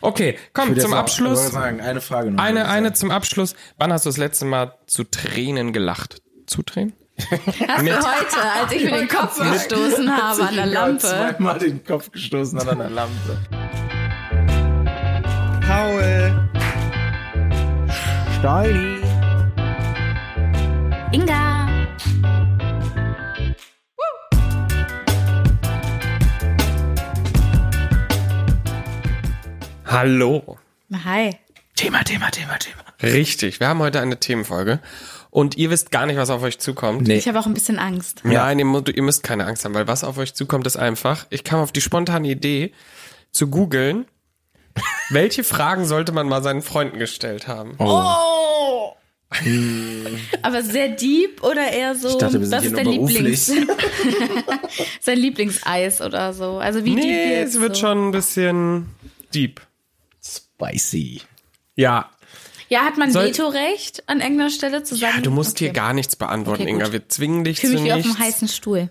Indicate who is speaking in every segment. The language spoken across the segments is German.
Speaker 1: Okay, komm, zum Abschluss.
Speaker 2: sagen, eine Frage noch.
Speaker 1: Eine, eine zum Abschluss. Wann hast du das letzte Mal zu Tränen gelacht? Zu Tränen?
Speaker 3: Hast
Speaker 1: Mit-
Speaker 3: du heute, als ich mir den Kopf gestoßen habe an der Lampe.
Speaker 2: Zweimal den Kopf gestoßen an einer Lampe.
Speaker 4: Paul. Stolli.
Speaker 3: Inga.
Speaker 1: Hallo.
Speaker 3: Hi.
Speaker 2: Thema, Thema, Thema, Thema.
Speaker 1: Richtig, wir haben heute eine Themenfolge und ihr wisst gar nicht, was auf euch zukommt.
Speaker 2: Nee.
Speaker 3: Ich habe auch ein bisschen Angst.
Speaker 1: Ja. Nein, ihr, mu- ihr müsst keine Angst haben, weil was auf euch zukommt, ist einfach, ich kam auf die spontane Idee zu googeln, welche Fragen sollte man mal seinen Freunden gestellt haben.
Speaker 2: Oh.
Speaker 3: Aber sehr deep oder eher so,
Speaker 2: Ich dachte, wir sind
Speaker 3: das
Speaker 2: hier
Speaker 3: ist
Speaker 2: nur
Speaker 3: dein
Speaker 2: beruflich.
Speaker 3: Lieblings, sein Lieblingseis oder so. Also wie deep
Speaker 1: Nee,
Speaker 3: wird's
Speaker 1: es wird
Speaker 3: so?
Speaker 1: schon ein bisschen deep.
Speaker 2: Spicy.
Speaker 1: Ja.
Speaker 3: Ja, hat man
Speaker 1: Soll-
Speaker 3: Vetorecht an irgendeiner Stelle zu sagen?
Speaker 1: Ja, du musst
Speaker 3: okay.
Speaker 1: hier gar nichts beantworten,
Speaker 3: Okay, gut.
Speaker 1: Inga. Wir zwingen dich
Speaker 3: Ich fühle
Speaker 1: zu
Speaker 3: mich wie auf einem
Speaker 1: nichts.
Speaker 3: heißen Stuhl.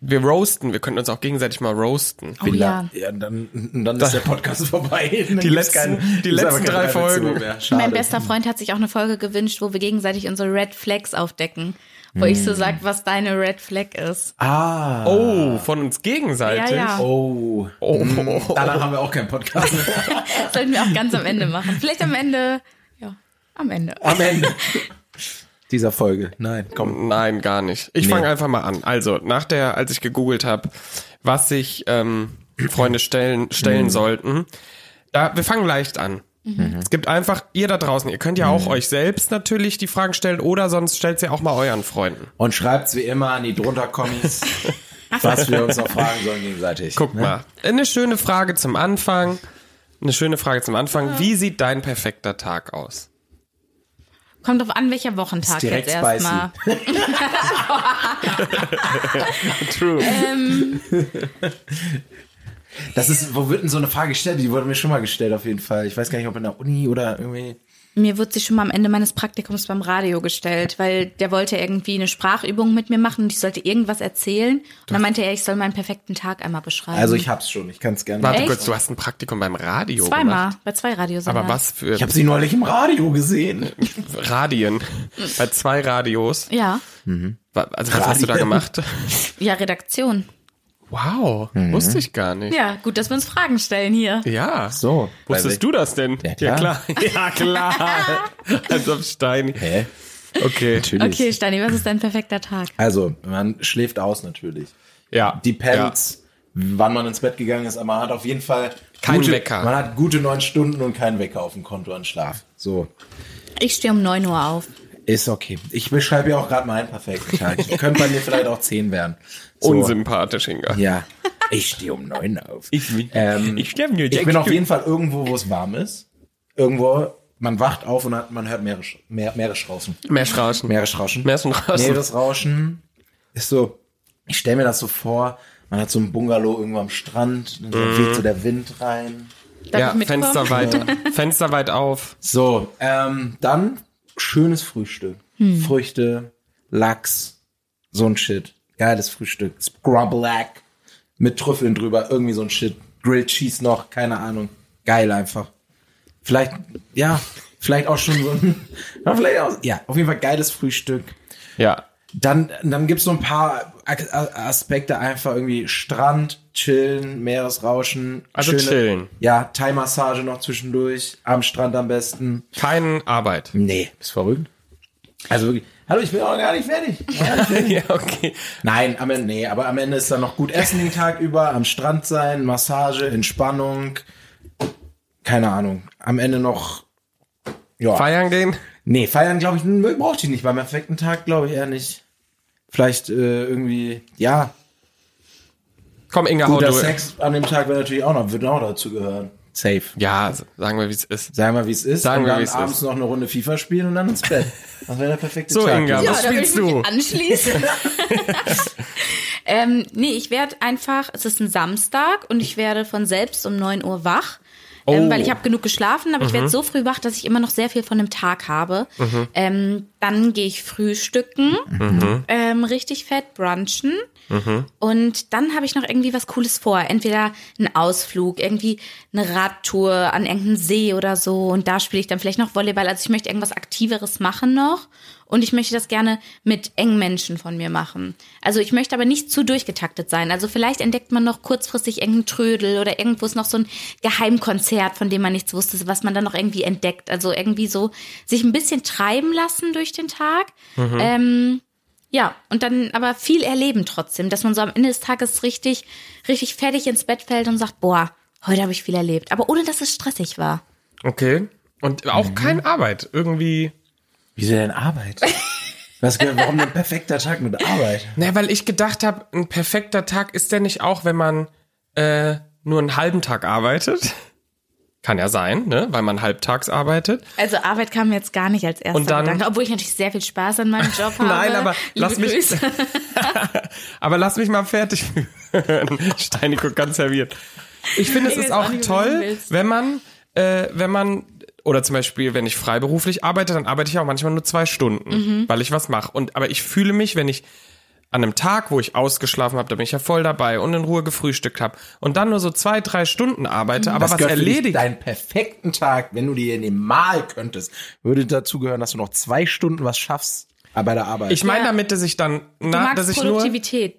Speaker 1: Wir roasten, wir könnten uns auch gegenseitig mal roasten.
Speaker 3: Oh ja.
Speaker 2: Ja, dann, dann ist der Podcast vorbei. Dann
Speaker 1: Die
Speaker 2: gibt's
Speaker 1: letzten- die letzten
Speaker 2: ist aber keine
Speaker 1: drei Folgen.
Speaker 2: Beziehung Mehr. Schade.
Speaker 3: Mein bester Freund hat sich auch eine Folge gewünscht, wo wir gegenseitig unsere Red Flags aufdecken. Wo ich
Speaker 1: Hm.
Speaker 3: so sag, was deine Red Flag ist.
Speaker 2: Ah.
Speaker 1: Oh, von uns gegenseitig.
Speaker 3: Ja, ja.
Speaker 2: Oh.
Speaker 1: Oh.
Speaker 2: Danach haben wir auch keinen Podcast mehr.
Speaker 3: Das sollten wir auch ganz am Ende machen. Vielleicht am Ende. Ja, am Ende.
Speaker 2: Am Ende dieser Folge. Nein, komm.
Speaker 1: Nein, gar nicht. Ich fange einfach mal an. Also, nach der, als ich gegoogelt habe, was sich ähm, Freunde stellen, stellen sollten, da, wir fangen leicht an.
Speaker 3: Mhm.
Speaker 1: Es gibt einfach, ihr da draußen, ihr könnt ja auch euch selbst natürlich die Fragen stellen oder sonst stellt sie auch mal euren Freunden.
Speaker 2: Und schreibt's wie immer an die drunter Kommis, was wir uns noch fragen sollen gegenseitig.
Speaker 1: Guck mal. Eine schöne Frage zum Anfang. Eine schöne Frage zum Anfang. Wie sieht dein perfekter Tag aus?
Speaker 3: Kommt drauf an, welcher Wochentag
Speaker 2: Ist direkt
Speaker 3: jetzt erstmal.
Speaker 1: True.
Speaker 2: Das ist, wo wird denn so eine Frage gestellt? Die wurde mir schon mal gestellt auf jeden Fall. Ich weiß gar nicht, ob in der Uni oder irgendwie.
Speaker 3: Mir wurde sie schon mal am Ende meines Praktikums beim Radio gestellt, weil der wollte irgendwie eine Sprachübung mit mir machen und ich sollte irgendwas erzählen. Und dann meinte er, ich soll meinen perfekten Tag einmal beschreiben.
Speaker 2: Also ich hab's schon, ich kann's gerne.
Speaker 1: Warte
Speaker 3: Echt?
Speaker 1: kurz, du hast ein Praktikum beim Radio
Speaker 3: Zweimal,
Speaker 1: gemacht.
Speaker 3: bei zwei Radiosendern.
Speaker 1: Aber was für
Speaker 2: Ich habe sie neulich im Radio gesehen.
Speaker 1: Radien? Bei zwei Radios.
Speaker 3: Ja,
Speaker 1: Wa- Also was hast du da
Speaker 2: Radien.
Speaker 1: gemacht?
Speaker 3: ja, Redaktion.
Speaker 1: Wow,
Speaker 2: Mhm.
Speaker 1: wusste ich gar nicht.
Speaker 3: Ja, gut, dass wir uns Fragen stellen hier.
Speaker 1: Ja.
Speaker 2: So. also
Speaker 1: Wusstest du das denn?
Speaker 2: Ja, klar.
Speaker 1: Ja, klar. Ja, klar. Als ob Steini.
Speaker 2: Hä?
Speaker 1: Okay.
Speaker 2: Natürlich.
Speaker 3: Okay, Stani, was ist dein perfekter Tag?
Speaker 2: Also, man schläft aus natürlich.
Speaker 1: Ja.
Speaker 2: Depends, wann man ins Bett gegangen ist, aber man hat auf jeden Fall
Speaker 1: Kein
Speaker 2: gute,
Speaker 1: Wecker.
Speaker 2: Man hat gute neun Stunden und keinen Wecker auf dem Konto an Schlaf. So.
Speaker 3: Ich stehe um 9 Uhr auf.
Speaker 2: Ist okay. Ich beschreibe ja auch gerade meinen perfekten Tag. Könnte bei mir vielleicht auch zehn werden.
Speaker 1: Ja.
Speaker 2: So.
Speaker 1: Unsympathisch, Inga.
Speaker 2: Ja. Ich stehe um neun auf.
Speaker 1: ähm, ich sterbe nur.
Speaker 2: Ich bin auf jeden Fall irgendwo, wo es warm ist. Irgendwo, man wacht auf und hat, man hört Meeres, Meer, Meeresrauschen.
Speaker 1: mehr Schrauschen.
Speaker 2: Meeresrauschen.
Speaker 1: Meeresrauschen.
Speaker 2: Meeresrauschen ist so, ich stelle mir das so vor, man hat so ein Bungalow irgendwo am Strand, dann weht so der Wind rein.
Speaker 3: Darf
Speaker 1: ja,
Speaker 3: ich mitkommen?
Speaker 1: Fenster weit, Fenster weit auf.
Speaker 2: So, ähm, dann schönes Frühstück. Früchte, Lachs, so ein Shit. Geiles Frühstück. Scrubblack mit Trüffeln drüber, irgendwie so ein Shit. Grilled Cheese noch, keine Ahnung. Geil einfach. Vielleicht, ja, vielleicht auch schon so ein, ja, vielleicht auch, ja, auf jeden Fall geiles Frühstück.
Speaker 1: Ja.
Speaker 2: Dann, dann gibt's so ein paar Ak- A- Aspekte einfach irgendwie Strand, Chillen, Meeresrauschen.
Speaker 1: Also chillen.
Speaker 2: Ja, Thai-Massage noch zwischendurch, am Strand am besten.
Speaker 1: Keine Arbeit.
Speaker 2: Nee. Bist verrückt? Also wirklich. Hallo, ich bin auch gar nicht fertig.
Speaker 1: ja, okay.
Speaker 2: Nein, am Ende, nee, aber am Ende ist dann noch gut essen den Tag über, am Strand sein, Massage, Entspannung. Keine Ahnung. Am Ende noch. Ja.
Speaker 1: Feiern gehen.
Speaker 2: Nee, feiern, glaube ich, m- braucht ich nicht. Beim perfekten Tag, glaube ich, eher nicht. Vielleicht äh, irgendwie, ja,
Speaker 1: Komm, Inga, hau
Speaker 2: guter
Speaker 1: Oh, du.
Speaker 2: Sex an dem Tag wäre natürlich auch noch, würde auch dazu gehören. Safe.
Speaker 1: Ja, sagen wir, wie es ist.
Speaker 2: Sagen wir, wie es ist.
Speaker 1: Sagen
Speaker 2: und
Speaker 1: wir, wie
Speaker 2: dann
Speaker 1: es
Speaker 2: abends
Speaker 1: ist.
Speaker 2: noch eine Runde FIFA spielen und dann ins Bett. Das wäre der perfekte
Speaker 1: So,
Speaker 2: Tag.
Speaker 1: Inga,
Speaker 3: Ja,
Speaker 1: was
Speaker 3: da will ich
Speaker 1: spielst du?
Speaker 3: mich anschließen. ähm, nee, ich werde einfach, es ist ein Samstag und ich werde von selbst um 9 Uhr wach.
Speaker 1: Oh. Mhm.
Speaker 3: Ähm, weil ich habe genug geschlafen, aber ich werde so früh wach, dass ich immer noch sehr viel von dem Tag habe.
Speaker 1: Mhm.
Speaker 3: Ähm, dann gehe ich frühstücken, ähm, richtig fett brunchen. Und dann habe ich noch irgendwie was Cooles vor. Entweder einen Ausflug, irgendwie eine Radtour an irgendeinen See oder so. Und da spiele ich dann vielleicht noch Volleyball. Also ich möchte irgendwas Aktiveres machen noch. Und ich möchte das gerne mit engen Menschen von mir machen. Also ich möchte aber nicht zu durchgetaktet sein. Also vielleicht entdeckt man noch kurzfristig irgendeinen Trödel oder irgendwo ist noch so ein Geheimkonzert, von dem man nichts wusste, was man dann noch irgendwie entdeckt. Also irgendwie so sich ein bisschen treiben lassen durch den Tag. Ähm, ja, und dann aber viel erleben trotzdem, dass man so am Ende des Tages richtig, richtig fertig ins Bett fällt und sagt, boah, heute habe ich viel erlebt. Aber ohne, dass es stressig war.
Speaker 1: Okay. Und auch keine Arbeit. Irgendwie.
Speaker 2: Wieso denn Arbeit? Was, warum ein perfekter Tag mit Arbeit?
Speaker 1: Naja, weil ich gedacht habe, ein perfekter Tag ist der nicht auch, wenn man äh, nur einen halben Tag arbeitet. Kann ja sein, ne? Weil man halbtags arbeitet.
Speaker 3: Also Arbeit kam mir jetzt gar nicht als erster
Speaker 1: Und dann-
Speaker 3: Gedanke, obwohl ich natürlich sehr viel Spaß an meinem Job habe.
Speaker 1: Nein, aber
Speaker 3: Liebe
Speaker 1: lass mich-
Speaker 3: Grüße.
Speaker 1: Aber lass mich mal fertig führen. Steini guckt ganz serviert. Ich finde, es
Speaker 3: Ich
Speaker 1: ist
Speaker 3: weiß
Speaker 1: auch
Speaker 3: auch nicht, wo du hin
Speaker 1: toll,
Speaker 3: willst.
Speaker 1: wenn man, äh, wenn man, oder zum Beispiel, wenn ich freiberuflich arbeite, dann arbeite ich auch manchmal nur zwei
Speaker 3: Mhm.
Speaker 1: Stunden, weil ich was mache. Und aber ich fühle mich, wenn ich an einem Tag, wo ich ausgeschlafen habe, da bin ich ja voll dabei und in Ruhe gefrühstückt habe und dann nur so zwei, drei Stunden
Speaker 3: Mhm.
Speaker 1: arbeite, aber was
Speaker 2: gehört für dich
Speaker 1: erledigt.
Speaker 2: Deinen perfekten Tag, wenn du dir den mal könntest, würde dazu gehören, dass du noch zwei Stunden was schaffst bei der Arbeit.
Speaker 1: Ich meine
Speaker 3: Ja.
Speaker 1: damit, dass ich dann, na,
Speaker 3: magst
Speaker 1: dass ich
Speaker 3: Produktivität,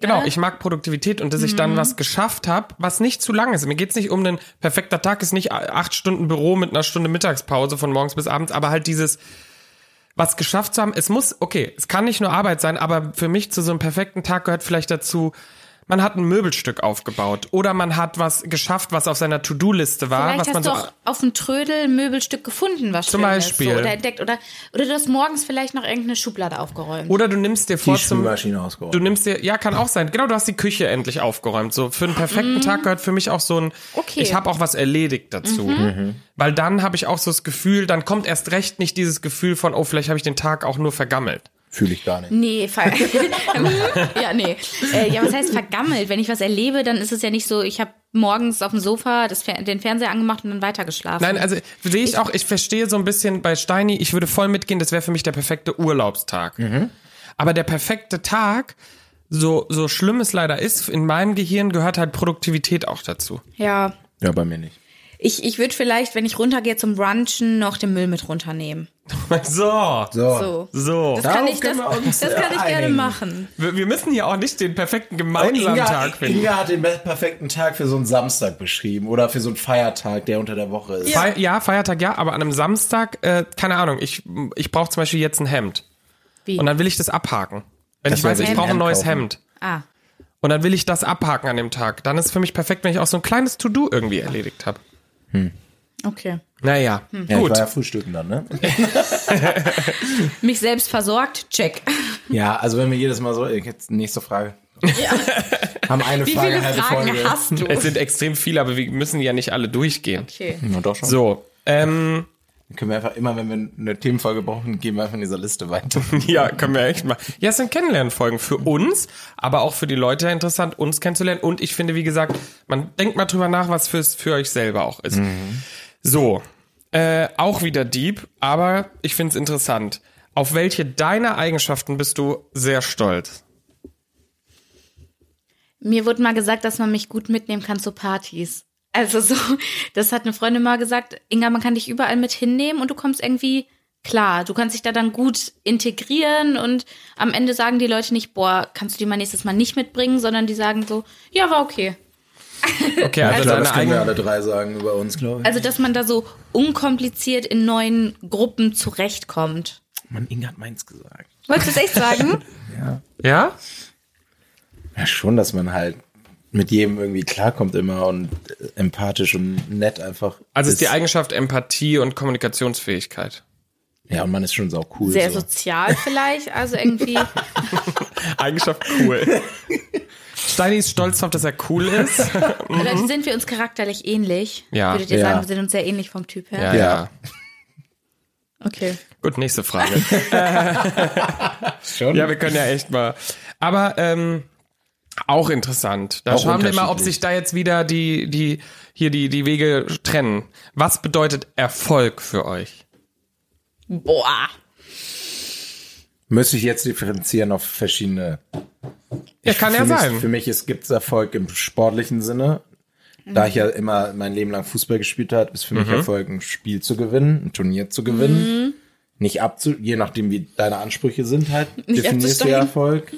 Speaker 1: nur, genau,
Speaker 3: ne? Mhm.
Speaker 1: ich mag Produktivität und dass ich dann was geschafft habe, was nicht zu lang ist. Mir geht's nicht um einen perfekter Tag, ist nicht a- acht Stunden Büro mit einer Stunde Mittagspause von morgens bis abends, aber halt dieses was geschafft zu haben. Es muss, okay, es kann nicht nur Arbeit sein, aber für mich zu so einem perfekten Tag gehört vielleicht dazu, man hat ein Möbelstück aufgebaut oder man hat was geschafft, was auf seiner To-Do-Liste war,
Speaker 3: Vielleicht
Speaker 1: was man
Speaker 3: hast
Speaker 1: so
Speaker 3: du auch auf dem Trödel ein Möbelstück gefunden, was
Speaker 1: Zum
Speaker 3: schön Ist,
Speaker 1: Beispiel.
Speaker 3: so, oder entdeckt. Oder, oder du hast morgens vielleicht noch irgendeine Schublade aufgeräumt.
Speaker 1: oder du nimmst dir vor
Speaker 2: die
Speaker 1: zum
Speaker 2: Spülmaschine ausgeräumt.
Speaker 1: Du nimmst dir, ja, kann auch sein. Genau, du hast die Küche endlich aufgeräumt. So für einen perfekten Tag gehört für mich auch so ein,
Speaker 3: Okay.
Speaker 1: ich habe auch was erledigt dazu, weil dann habe ich auch so das Gefühl, dann kommt erst recht nicht dieses Gefühl von, oh, vielleicht habe ich den Tag auch nur vergammelt.
Speaker 2: Fühle ich gar nicht.
Speaker 3: Nee, ver ja, nee. Äh, ja, was heißt vergammelt? Wenn ich was erlebe, dann ist es ja nicht so, ich habe morgens auf dem Sofa das Fer den Fernseher angemacht und dann weitergeschlafen.
Speaker 1: Nein, also sehe ich auch. Ich verstehe so ein bisschen bei Steini. Ich würde voll mitgehen. Das wäre für mich der perfekte Urlaubstag. Aber der perfekte Tag, so so schlimm es leider ist, in meinem Gehirn gehört halt Produktivität auch dazu.
Speaker 3: Ja.
Speaker 2: Ja, bei mir nicht.
Speaker 3: Ich, ich würde vielleicht, wenn ich runtergehe zum Brunchen, noch den Müll mit runternehmen.
Speaker 1: So,
Speaker 2: So.
Speaker 3: So.
Speaker 1: so.
Speaker 3: Das kann
Speaker 2: Darauf
Speaker 3: ich, das,
Speaker 2: können wir uns,
Speaker 3: das kann ich
Speaker 2: äh,
Speaker 3: gerne
Speaker 2: einigen.
Speaker 3: machen.
Speaker 1: Wir, wir müssen hier auch nicht den perfekten
Speaker 2: Und
Speaker 1: gemeinsamen
Speaker 2: Inga,
Speaker 1: Tag finden.
Speaker 2: Inga hat den be- perfekten Tag für so einen Samstag beschrieben oder für so einen Feiertag, der unter der Woche ist.
Speaker 1: Ja. Fei ja, Feiertag ja, aber an einem Samstag, äh, keine Ahnung, ich, ich brauche zum Beispiel jetzt ein Hemd.
Speaker 3: Wie?
Speaker 1: Und dann will ich das abhaken. Wenn
Speaker 2: Das
Speaker 1: ich weiß,
Speaker 2: soll
Speaker 1: ich
Speaker 2: sich
Speaker 1: brauche ein
Speaker 2: ein Hemd
Speaker 1: neues
Speaker 2: kaufen.
Speaker 1: Hemd.
Speaker 3: Ah.
Speaker 1: Und dann will ich das abhaken an dem Tag. Dann ist für mich perfekt, wenn ich auch so ein kleines To-Do irgendwie erledigt habe.
Speaker 3: Okay.
Speaker 1: Naja,
Speaker 2: Ja, Ich
Speaker 1: gut.
Speaker 2: war ja frühstücken dann, ne?
Speaker 3: Mich selbst versorgt? Check.
Speaker 2: Ja, also wenn wir jedes Mal so, ey, jetzt nächste Frage. Haben eine
Speaker 3: Wie
Speaker 2: Frage
Speaker 3: viele
Speaker 2: halbe
Speaker 3: Fragen
Speaker 2: Folge.
Speaker 3: hast du?
Speaker 1: Es sind extrem viele, aber wir müssen ja nicht alle durchgehen.
Speaker 3: Okay.
Speaker 2: Na doch schon. So.
Speaker 1: So, ähm,
Speaker 2: Dann können wir einfach immer, wenn wir eine Themenfolge brauchen, gehen wir einfach in dieser Liste weiter.
Speaker 1: ja, können wir echt mal. Ja, es sind Kennenlernfolgen für uns, aber auch für die Leute ja interessant, uns kennenzulernen. Und ich finde, wie gesagt, man denkt mal drüber nach, was fürs, für euch selber auch ist. So, äh, auch wieder deep, aber ich finde es interessant. Auf welche deiner Eigenschaften bist du sehr stolz?
Speaker 3: Mir wurde mal gesagt, dass man mich gut mitnehmen kann zu Partys. Also so, das hat eine Freundin mal gesagt, Inga, man kann dich überall mit hinnehmen und du kommst irgendwie klar. Du kannst dich da dann gut integrieren und am Ende sagen die Leute nicht, boah, kannst du die mal nächstes Mal nicht mitbringen, sondern die sagen so, ja, war okay.
Speaker 1: Okay, also deine eigene.
Speaker 2: alle drei sagen über uns, glaube ich.
Speaker 3: Also, dass man da so unkompliziert in neuen Gruppen zurechtkommt.
Speaker 2: Mann, Inga hat meins gesagt.
Speaker 3: Wolltest du das echt sagen?
Speaker 1: Ja?
Speaker 2: Ja, schon, dass man halt mit jedem irgendwie klarkommt immer und äh, empathisch und nett einfach.
Speaker 1: Also ist
Speaker 2: ist
Speaker 1: die Eigenschaft Empathie und Kommunikationsfähigkeit.
Speaker 2: Ja, und man ist schon sau cool.
Speaker 3: Sehr
Speaker 2: so.
Speaker 3: sozial vielleicht, also irgendwie.
Speaker 1: Eigenschaft cool. Steini ist stolz darauf, dass er cool ist.
Speaker 3: Vielleicht sind wir uns charakterlich ähnlich.
Speaker 1: Ja.
Speaker 3: Würdet ihr
Speaker 2: Ja.
Speaker 3: sagen, wir sind uns sehr ähnlich vom Typ her?
Speaker 1: Ja, ja.
Speaker 3: Okay.
Speaker 1: Gut, nächste Frage.
Speaker 2: Schon?
Speaker 1: Ja, wir können ja echt mal. Aber ähm, auch interessant. Da
Speaker 2: Auch
Speaker 1: schauen wir mal, ob
Speaker 2: unterschiedlich.
Speaker 1: sich da jetzt wieder die, die, hier die, die Wege trennen. Was bedeutet Erfolg für euch?
Speaker 3: Boah.
Speaker 2: Müsste ich jetzt differenzieren auf verschiedene
Speaker 1: Ja, kann
Speaker 2: für
Speaker 1: ja
Speaker 2: mich,
Speaker 1: sein.
Speaker 2: Für mich ist- gibt's Erfolg im sportlichen Sinne. Da ich ja
Speaker 3: Mhm.
Speaker 2: immer mein Leben lang Fußball gespielt habe, ist für
Speaker 1: Mhm.
Speaker 2: mich Erfolg, ein Spiel zu gennen, ein Turnier zu gewinnen.
Speaker 3: Mhm.
Speaker 2: Nicht abzu, je nachdem, wie deine Ansprüche sind, halt,
Speaker 3: Nicht
Speaker 2: definierst du
Speaker 3: abzusteigen.
Speaker 2: ja Erfolg.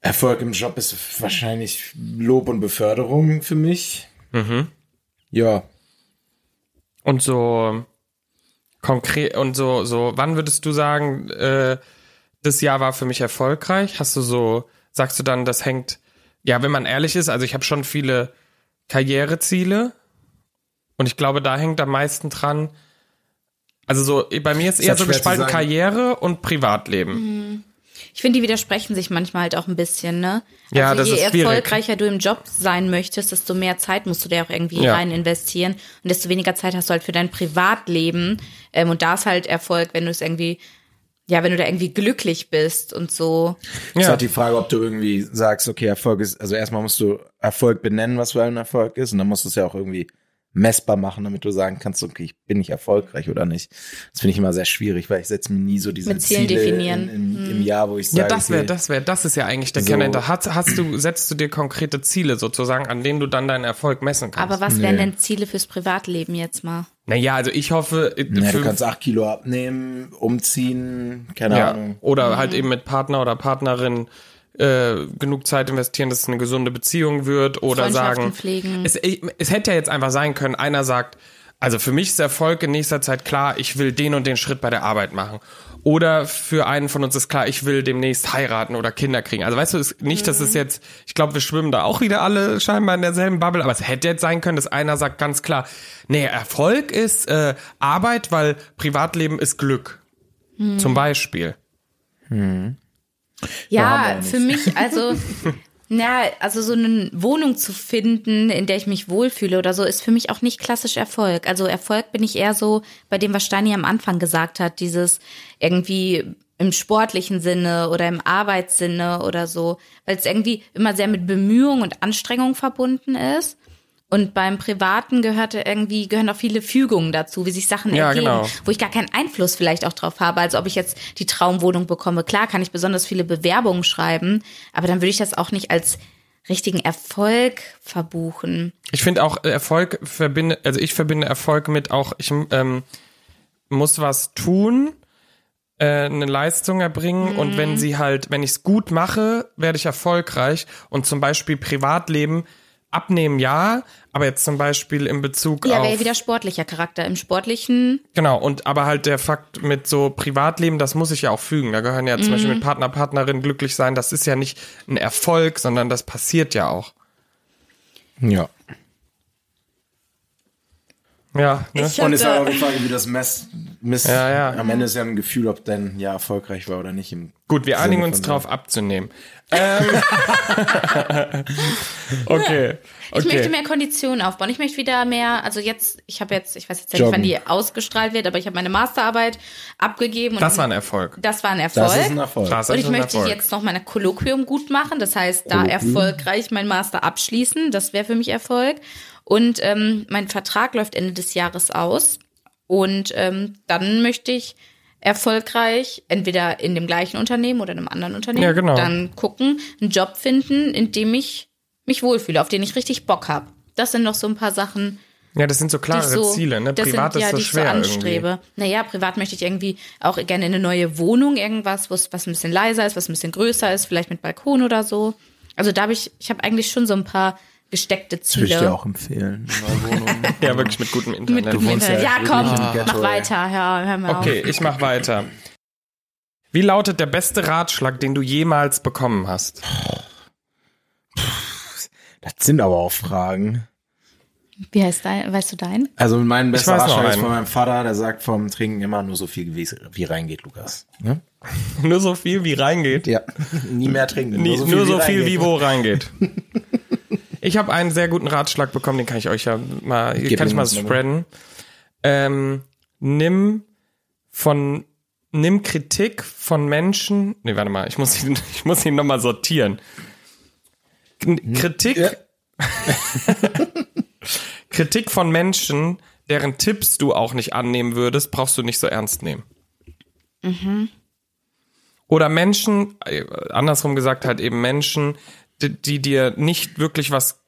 Speaker 2: Erfolg im Job ist wahrscheinlich Lob und Beförderung für mich.
Speaker 1: Mhm.
Speaker 2: Ja,
Speaker 1: Und so konkret und so, so, wann würdest du sagen, äh, das Jahr war für mich erfolgreich? Hast du so, sagst du dann, das hängt, ja, wenn man ehrlich ist, also ich habe schon viele Karriereziele und ich glaube, da hängt am meisten dran. Also so, bei mir ist eher
Speaker 2: halt
Speaker 1: so
Speaker 2: schwer zu
Speaker 1: gespalten
Speaker 2: sagen.
Speaker 1: Karriere und
Speaker 3: Mhm.
Speaker 1: Privatleben.
Speaker 3: Ich finde, die widersprechen sich manchmal halt auch ein bisschen, ne?
Speaker 1: Ja, das
Speaker 3: je
Speaker 1: ist schwierig.
Speaker 3: erfolgreicher du im Job sein möchtest, desto mehr Zeit musst du da auch irgendwie
Speaker 1: Ja.
Speaker 3: rein investieren und desto weniger Zeit hast du halt für dein Privatleben. Ähm, und da ist halt Erfolg, wenn du es irgendwie, ja, wenn du da irgendwie glücklich bist und so.
Speaker 2: Ist
Speaker 1: Ja.
Speaker 2: halt die Frage, ob du irgendwie sagst, okay, Erfolg ist, also erstmal musst du Erfolg benennen, was für ein Erfolg ist, und dann musst du es ja auch irgendwie messbar machen, damit du sagen kannst, okay, ich bin ich erfolgreich oder nicht. Das finde ich immer sehr schwierig, weil ich setze mir nie so diese
Speaker 3: Mit Zielen
Speaker 2: Ziele
Speaker 3: definieren. Hm.
Speaker 2: In, im, im Jahr, wo ich sage,
Speaker 1: Ja, das wäre,
Speaker 2: okay,
Speaker 1: das wäre, das ist ja eigentlich der
Speaker 2: So.
Speaker 1: Kern dahinter. Hast, hast du, setzt du dir konkrete Ziele sozusagen, an denen du dann deinen Erfolg messen kannst?
Speaker 3: Aber was wären denn Ziele fürs Privatleben jetzt mal?
Speaker 1: naja, also ich hoffe, äh,
Speaker 2: naja, du
Speaker 1: für,
Speaker 2: kannst acht Kilo abnehmen, umziehen, keine
Speaker 1: Ja,
Speaker 2: Ahnung.
Speaker 1: oder halt eben mit Partner oder Partnerin äh, genug Zeit investieren, dass es eine gesunde Beziehung wird oder
Speaker 3: Freundschaften
Speaker 1: sagen,
Speaker 3: pflegen.
Speaker 1: Es, es hätte ja jetzt einfach sein können, einer sagt, also für mich ist Erfolg in nächster Zeit klar, ich will den und den Schritt bei der Arbeit machen. Oder für einen von uns ist klar, ich will demnächst heiraten oder Kinder kriegen. Also weißt du, es, nicht, dass
Speaker 3: Mhm.
Speaker 1: es jetzt, ich glaube, wir schwimmen da auch wieder alle scheinbar in derselben Bubble, aber es hätte jetzt sein können, dass einer sagt ganz klar, nee, Erfolg ist äh, Arbeit, weil Privatleben ist Glück.
Speaker 3: Mhm.
Speaker 1: Zum Beispiel.
Speaker 2: haben wir
Speaker 3: Ja,
Speaker 2: ja
Speaker 3: für mich, also, na, also so eine Wohnung zu finden, in der ich mich wohlfühle oder so, ist für mich auch nicht klassisch Erfolg. Also Erfolg bin ich eher so bei dem, was Steini am Anfang gesagt hat, dieses irgendwie im sportlichen Sinne oder im Arbeitssinne oder so, weil es irgendwie immer sehr mit Bemühung und Anstrengung verbunden ist. Und beim Privaten gehörte irgendwie, gehören auch viele Fügungen dazu, wie sich Sachen
Speaker 1: Ja,
Speaker 3: ergeben,
Speaker 1: genau.
Speaker 3: wo ich gar keinen Einfluss vielleicht auch drauf habe. Also ob ich jetzt die Traumwohnung bekomme, klar kann ich besonders viele Bewerbungen schreiben, aber dann würde ich das auch nicht als richtigen Erfolg verbuchen.
Speaker 1: Ich finde auch äh, Erfolg verbinde, also ich verbinde Erfolg mit auch, ich ähm, muss was tun, äh, eine Leistung erbringen
Speaker 3: Mhm.
Speaker 1: und wenn sie halt, wenn ich es gut mache, werde ich erfolgreich und zum Beispiel Privatleben abnehmen, ja, aber jetzt zum Beispiel in Bezug
Speaker 3: Ja,
Speaker 1: auf
Speaker 3: wäre ja wieder sportlicher Charakter. Im sportlichen,
Speaker 1: genau und aber halt der Fakt mit so Privatleben, das muss ich ja auch fügen. Da gehören ja zum
Speaker 3: Mhm.
Speaker 1: Beispiel mit Partner Partnerin glücklich sein. Das ist ja nicht ein Erfolg, sondern das passiert ja auch.
Speaker 2: Ja.
Speaker 1: Ja, ne?
Speaker 3: Ich
Speaker 2: Und es ist
Speaker 3: hatte-
Speaker 2: halt auch die Frage, wie das Mess, Miss,
Speaker 1: Ja, ja.
Speaker 2: am Ende ist ja ein Gefühl, ob dein Jahr erfolgreich war oder nicht. Im
Speaker 1: Gut, wir einigen
Speaker 2: Sinne
Speaker 1: uns
Speaker 2: von-
Speaker 1: drauf abzunehmen. Ähm. okay.
Speaker 3: ich möchte
Speaker 1: okay.
Speaker 3: mehr Konditionen aufbauen. Ich möchte wieder mehr, also jetzt, ich habe jetzt, ich weiß jetzt ja nicht, wann die
Speaker 2: Joggen.
Speaker 3: ausgestrahlt wird, aber ich habe meine Masterarbeit abgegeben. Und
Speaker 1: Das war ein Erfolg.
Speaker 3: das war ein Erfolg.
Speaker 2: Das ist ein Erfolg.
Speaker 1: Das
Speaker 3: Und
Speaker 1: ist
Speaker 3: ich
Speaker 1: ein
Speaker 3: möchte
Speaker 1: Erfolg. Oh,
Speaker 3: jetzt noch mein Kolloquium gut machen, das heißt, da erfolgreich mein Master abschließen, das wäre für mich Erfolg. Und ähm, mein Vertrag läuft Ende des Jahres aus und ähm, dann möchte ich erfolgreich entweder in dem gleichen Unternehmen oder in einem anderen Unternehmen
Speaker 1: Ja, genau.
Speaker 3: dann gucken, einen Job finden, in dem ich mich wohlfühle, auf den ich richtig Bock habe. Das sind noch so ein paar Sachen,
Speaker 1: Ja, das sind so
Speaker 3: die
Speaker 1: klare
Speaker 3: ich so,
Speaker 1: Ziele, ne?
Speaker 3: das
Speaker 1: Privat
Speaker 3: sind, ja,
Speaker 1: ist
Speaker 3: die
Speaker 1: das
Speaker 3: ich
Speaker 1: schwer
Speaker 3: so
Speaker 1: irgendwie.
Speaker 3: anstrebe. Naja, privat möchte ich irgendwie auch gerne eine neue Wohnung, irgendwas, wo es- was ein bisschen leiser ist, was ein bisschen größer ist, vielleicht mit Balkon oder so. Also da habe ich, ich habe eigentlich schon so ein paar gesteckte
Speaker 2: Würde ich
Speaker 3: Ziele.
Speaker 2: dir auch empfehlen. Neue Wohnung.
Speaker 1: Ja, wirklich mit gutem
Speaker 3: Mit, genau.
Speaker 1: Internet.
Speaker 3: mit,
Speaker 2: wohnst ja
Speaker 3: ja,
Speaker 2: wirklich
Speaker 3: komm,
Speaker 2: im
Speaker 3: mach
Speaker 2: Ghetto, ey.
Speaker 3: weiter, hör, hör mal
Speaker 1: okay,
Speaker 3: auf.
Speaker 1: ich mach weiter. Wie lautet der beste Ratschlag, den du jemals bekommen hast?
Speaker 2: Das sind aber auch Fragen.
Speaker 3: Wie heißt dein, weißt du dein?
Speaker 2: Also mein bester
Speaker 1: weiß noch
Speaker 2: Ratschlag ist
Speaker 1: einen.
Speaker 2: von meinem Vater, der sagt vom Trinken immer nur so viel, wie, es- wie reingeht, Lukas. Ne?
Speaker 1: Nur so viel, wie reingeht.
Speaker 2: Ja, nie mehr trinken.
Speaker 1: Nie, nur so viel, wie
Speaker 2: reingeht.
Speaker 1: wo reingeht. ich habe einen sehr guten Ratschlag bekommen, den kann ich euch ja mal, kann ich
Speaker 2: mir
Speaker 1: mal
Speaker 2: das mal.
Speaker 1: spreaden. Ähm, nimm von, nimm Kritik von Menschen, nee, warte mal, ich muss ihn, ich muss ihn nochmal sortieren. K- Kritik,
Speaker 2: Ja.
Speaker 1: Kritik von Menschen, deren Tipps du auch nicht annehmen würdest, brauchst du nicht so ernst nehmen. Oder Menschen, äh, andersrum gesagt halt eben Menschen, die, die dir nicht wirklich was,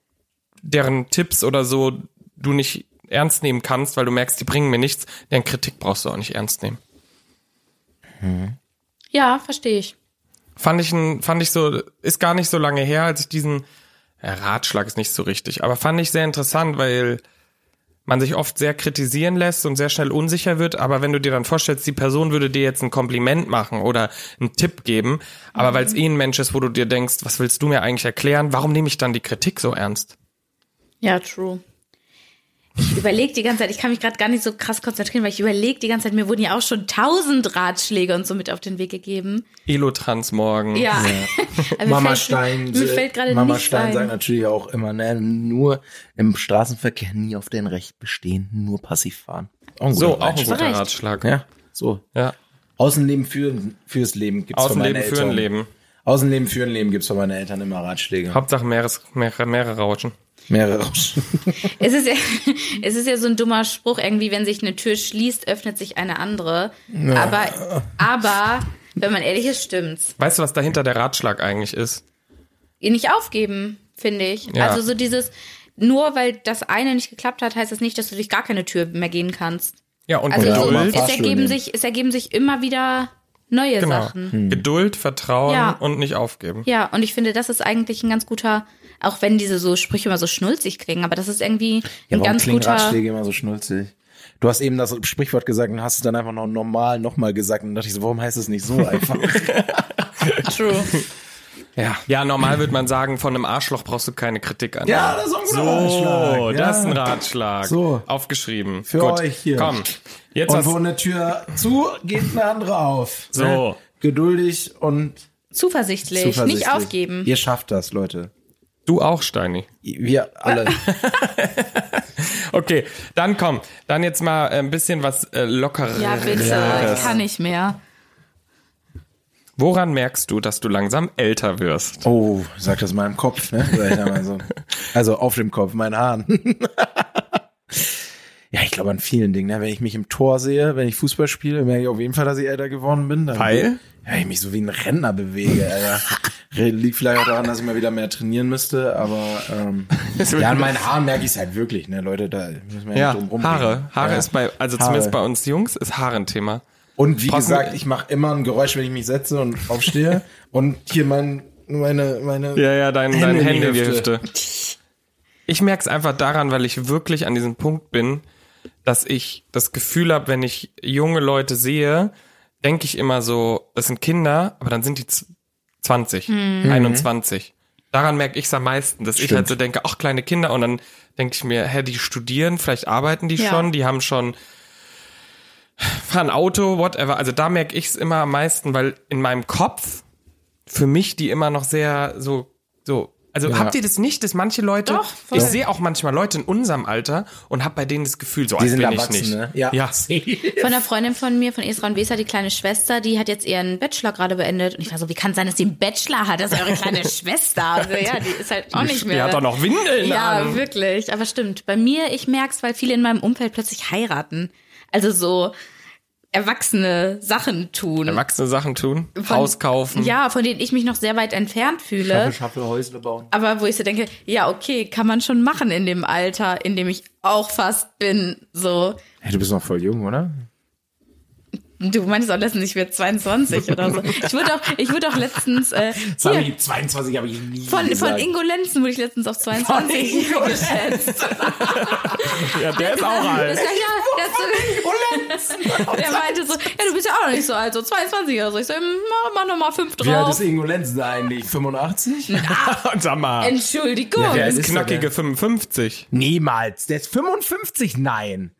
Speaker 1: deren Tipps oder so du nicht ernst nehmen kannst, weil du merkst, die bringen mir nichts, deren Kritik brauchst du auch nicht ernst nehmen.
Speaker 3: Ja, verstehe ich.
Speaker 1: Fand ich, ein, fand ich so, ist gar nicht so lange her, als ich diesen ja, Ratschlag ist nicht so richtig, aber fand ich sehr interessant, weil man sich oft sehr kritisieren lässt und sehr schnell unsicher wird, aber wenn du dir dann vorstellst, die Person würde dir jetzt ein Kompliment machen oder einen Tipp geben, aber weil es eh ein Mensch ist, wo du dir denkst, was willst du mir eigentlich erklären, warum nehme ich dann die Kritik so ernst?
Speaker 3: Ja, true. Ich überlege die ganze Zeit, ich kann mich gerade gar nicht so krass konzentrieren, weil ich überlege die ganze Zeit, mir wurden ja auch schon tausend Ratschläge und so mit auf den Weg gegeben.
Speaker 1: Elotrans morgen.
Speaker 3: Ja. Aber mir
Speaker 2: Mama
Speaker 3: fällt-
Speaker 2: Stein,
Speaker 3: Mir fällt gerade
Speaker 2: Mama
Speaker 3: nicht
Speaker 2: Stein
Speaker 3: ein.
Speaker 2: sagt natürlich auch immer, ne, nur im Straßenverkehr nie auf dein Recht bestehen, nur passiv fahren. Auch ein
Speaker 1: So,
Speaker 2: guter
Speaker 1: auch ein
Speaker 2: Ratschlag.
Speaker 1: guter
Speaker 3: Recht.
Speaker 1: Ratschlag.
Speaker 2: Ja, so.
Speaker 1: ja.
Speaker 2: Außenleben für, fürs Leben gibt's von meinen
Speaker 1: Außenleben für
Speaker 2: Eltern.
Speaker 1: ein Leben.
Speaker 2: Außenleben für ein Leben gibt's von meinen Eltern immer Ratschläge.
Speaker 1: Hauptsache Meeres, Meere, Meere rauschen.
Speaker 2: Mehrere Ratschläge.
Speaker 3: Es ist, ja, es ist ja so ein dummer Spruch, irgendwie, wenn sich eine Tür schließt, öffnet sich eine andere. Aber, aber, wenn man ehrlich ist, stimmt's.
Speaker 1: Weißt du, was dahinter der Ratschlag eigentlich ist?
Speaker 3: Ihr nicht aufgeben, finde ich.
Speaker 1: Ja.
Speaker 3: Also so dieses, nur weil das eine nicht geklappt hat, heißt das nicht, dass du durch gar keine Tür mehr gehen kannst.
Speaker 1: Ja, und
Speaker 3: Also
Speaker 2: Genau. Ja,
Speaker 3: so,
Speaker 2: aber
Speaker 1: Geduld.
Speaker 3: es,
Speaker 2: Fahrstuhl
Speaker 3: ergeben
Speaker 2: nehmen.
Speaker 3: sich, es ergeben sich immer wieder neue
Speaker 1: Genau.
Speaker 3: Sachen.
Speaker 2: Hm.
Speaker 1: Geduld, Vertrauen
Speaker 3: Ja.
Speaker 1: und nicht aufgeben.
Speaker 3: Ja, und ich finde, das ist eigentlich ein ganz guter, auch wenn diese so Sprüche immer so schnulzig klingen, aber das ist irgendwie
Speaker 2: Ja,
Speaker 3: ein
Speaker 2: warum
Speaker 3: ganz
Speaker 2: klingen
Speaker 3: guter.
Speaker 2: Ratschläge immer so schnulzig? Du hast eben das Sprichwort gesagt und hast es dann einfach noch normal nochmal gesagt und dachte ich so, warum heißt es nicht so einfach?
Speaker 3: True.
Speaker 1: Ja. ja, normal würde man sagen, von einem Arschloch brauchst du keine Kritik an.
Speaker 2: ja, das ist auch ein guter
Speaker 1: So,
Speaker 2: Ratschlag.
Speaker 1: das ist
Speaker 2: ja.
Speaker 1: ein Ratschlag.
Speaker 2: So.
Speaker 1: Aufgeschrieben.
Speaker 2: Für
Speaker 1: Gut.
Speaker 2: euch hier.
Speaker 1: Komm. Jetzt
Speaker 2: Und wo
Speaker 1: hast,
Speaker 2: eine Tür zu, geht eine andere auf.
Speaker 1: So.
Speaker 2: Ne? Geduldig und
Speaker 3: Zuversichtlich.
Speaker 2: zuversichtlich.
Speaker 3: Nicht aufgeben.
Speaker 2: Ihr schafft das, Leute.
Speaker 1: du auch, Steini.
Speaker 2: Wir alle.
Speaker 1: Okay, dann komm. Dann jetzt mal ein bisschen was äh, lockeres.
Speaker 3: Ja, bitte. Ich kann nicht mehr.
Speaker 1: Woran merkst du, dass du langsam älter wirst?
Speaker 2: Oh, sag das mal im Kopf, ne? Sag ich da mal so. Also auf dem Kopf, meinen Haaren. ja, ich glaube an vielen Dingen. Ne? Wenn ich mich im Tor sehe, wenn ich Fußball spiele, merke ich auf jeden Fall, dass ich älter geworden bin. Dann
Speaker 1: Weil?
Speaker 2: Ja, ich mich so wie ein Renner bewege, Alter. Liegt vielleicht auch daran, dass ich mal wieder mehr trainieren müsste, aber ähm, ja, an meinen Haaren merke ich es halt wirklich, ne, Leute, da müssen wir ja, nicht drum rumreden.
Speaker 1: Haare. Haare
Speaker 2: Um, ja.
Speaker 1: ist bei, also
Speaker 2: Haare.
Speaker 1: zumindest bei uns Jungs, ist Haare ein Thema.
Speaker 2: Und wie
Speaker 1: Passen-
Speaker 2: gesagt, ich mache immer ein Geräusch, wenn ich mich setze und aufstehe und hier mein, meine, meine
Speaker 1: Ja, ja, dein,
Speaker 2: Hände
Speaker 1: dein
Speaker 2: in die
Speaker 1: Hände in die
Speaker 2: Hüfte.
Speaker 1: Hüfte. Ich merk's einfach daran, weil ich wirklich an diesem Punkt bin, dass ich das Gefühl habe, wenn ich junge Leute sehe, denke ich immer so, das sind Kinder, aber dann sind die z- 20, 21. Daran merke ich's am meisten, dass ich halt so denke, ach, kleine Kinder. Und dann denke ich mir, hä, die studieren, vielleicht arbeiten die
Speaker 3: Ja.
Speaker 1: schon, die haben schon fahren Auto, whatever. Also da merke ich's immer am meisten, weil in meinem Kopf für mich die immer noch sehr so so also habt ihr das nicht, dass manche Leute
Speaker 3: Doch, voll.
Speaker 1: ich sehe auch manchmal Leute in unserem Alter und hab bei denen das Gefühl so
Speaker 2: Die
Speaker 1: alt
Speaker 2: sind
Speaker 1: bin ich
Speaker 2: erwachsen,
Speaker 1: nicht.
Speaker 2: ne?
Speaker 1: Ja.
Speaker 2: Ja.
Speaker 3: Von einer Freundin von mir, von Esra und Weser, die kleine Schwester, die hat jetzt ihren Bachelor gerade beendet. Und ich war so, wie kann es sein, dass sie einen Bachelor hat? Das ist eure kleine Schwester. Also, ja, die ist halt auch nicht mehr.
Speaker 1: Die hat doch noch Windeln
Speaker 3: Ja,
Speaker 1: an.
Speaker 3: wirklich. Aber stimmt. Bei mir, ich merk's, weil viele in meinem Umfeld plötzlich heiraten. Also so erwachsene Sachen tun.
Speaker 1: Erwachsene Sachen tun,
Speaker 3: Von-
Speaker 1: Haus kaufen.
Speaker 3: Ja, von denen ich mich noch sehr weit entfernt fühle.
Speaker 2: Schaffel Häusle bauen.
Speaker 3: Aber wo ich so denke, ja, okay, kann man schon machen in dem Alter, in dem ich auch fast bin. So,
Speaker 2: Hey, du bist noch voll jung, oder?
Speaker 3: du meinst auch letztens, ich werde 22 oder so. Ich wurde auch, ich wurde auch letztens, äh, hier,
Speaker 2: 22 habe ich nie
Speaker 3: von, von Ingo Lenzen wurde ich letztens auf 22 geschätzt.
Speaker 1: Ja, der ist auch
Speaker 3: Das ist ja, ja, das, der meinte so, ja, du bist ja auch noch nicht so alt, so 22 oder so. Ich so, hm, mach nochmal 5
Speaker 2: Wie alt
Speaker 3: drauf.
Speaker 2: ist Ingo Lenzen eigentlich? 85?
Speaker 1: Sag mal,
Speaker 3: Entschuldigung.
Speaker 2: wer
Speaker 1: der
Speaker 2: ist
Speaker 1: ist
Speaker 2: er
Speaker 1: knackige
Speaker 2: denn?
Speaker 1: 55.
Speaker 2: Niemals. Der ist 55? Nein.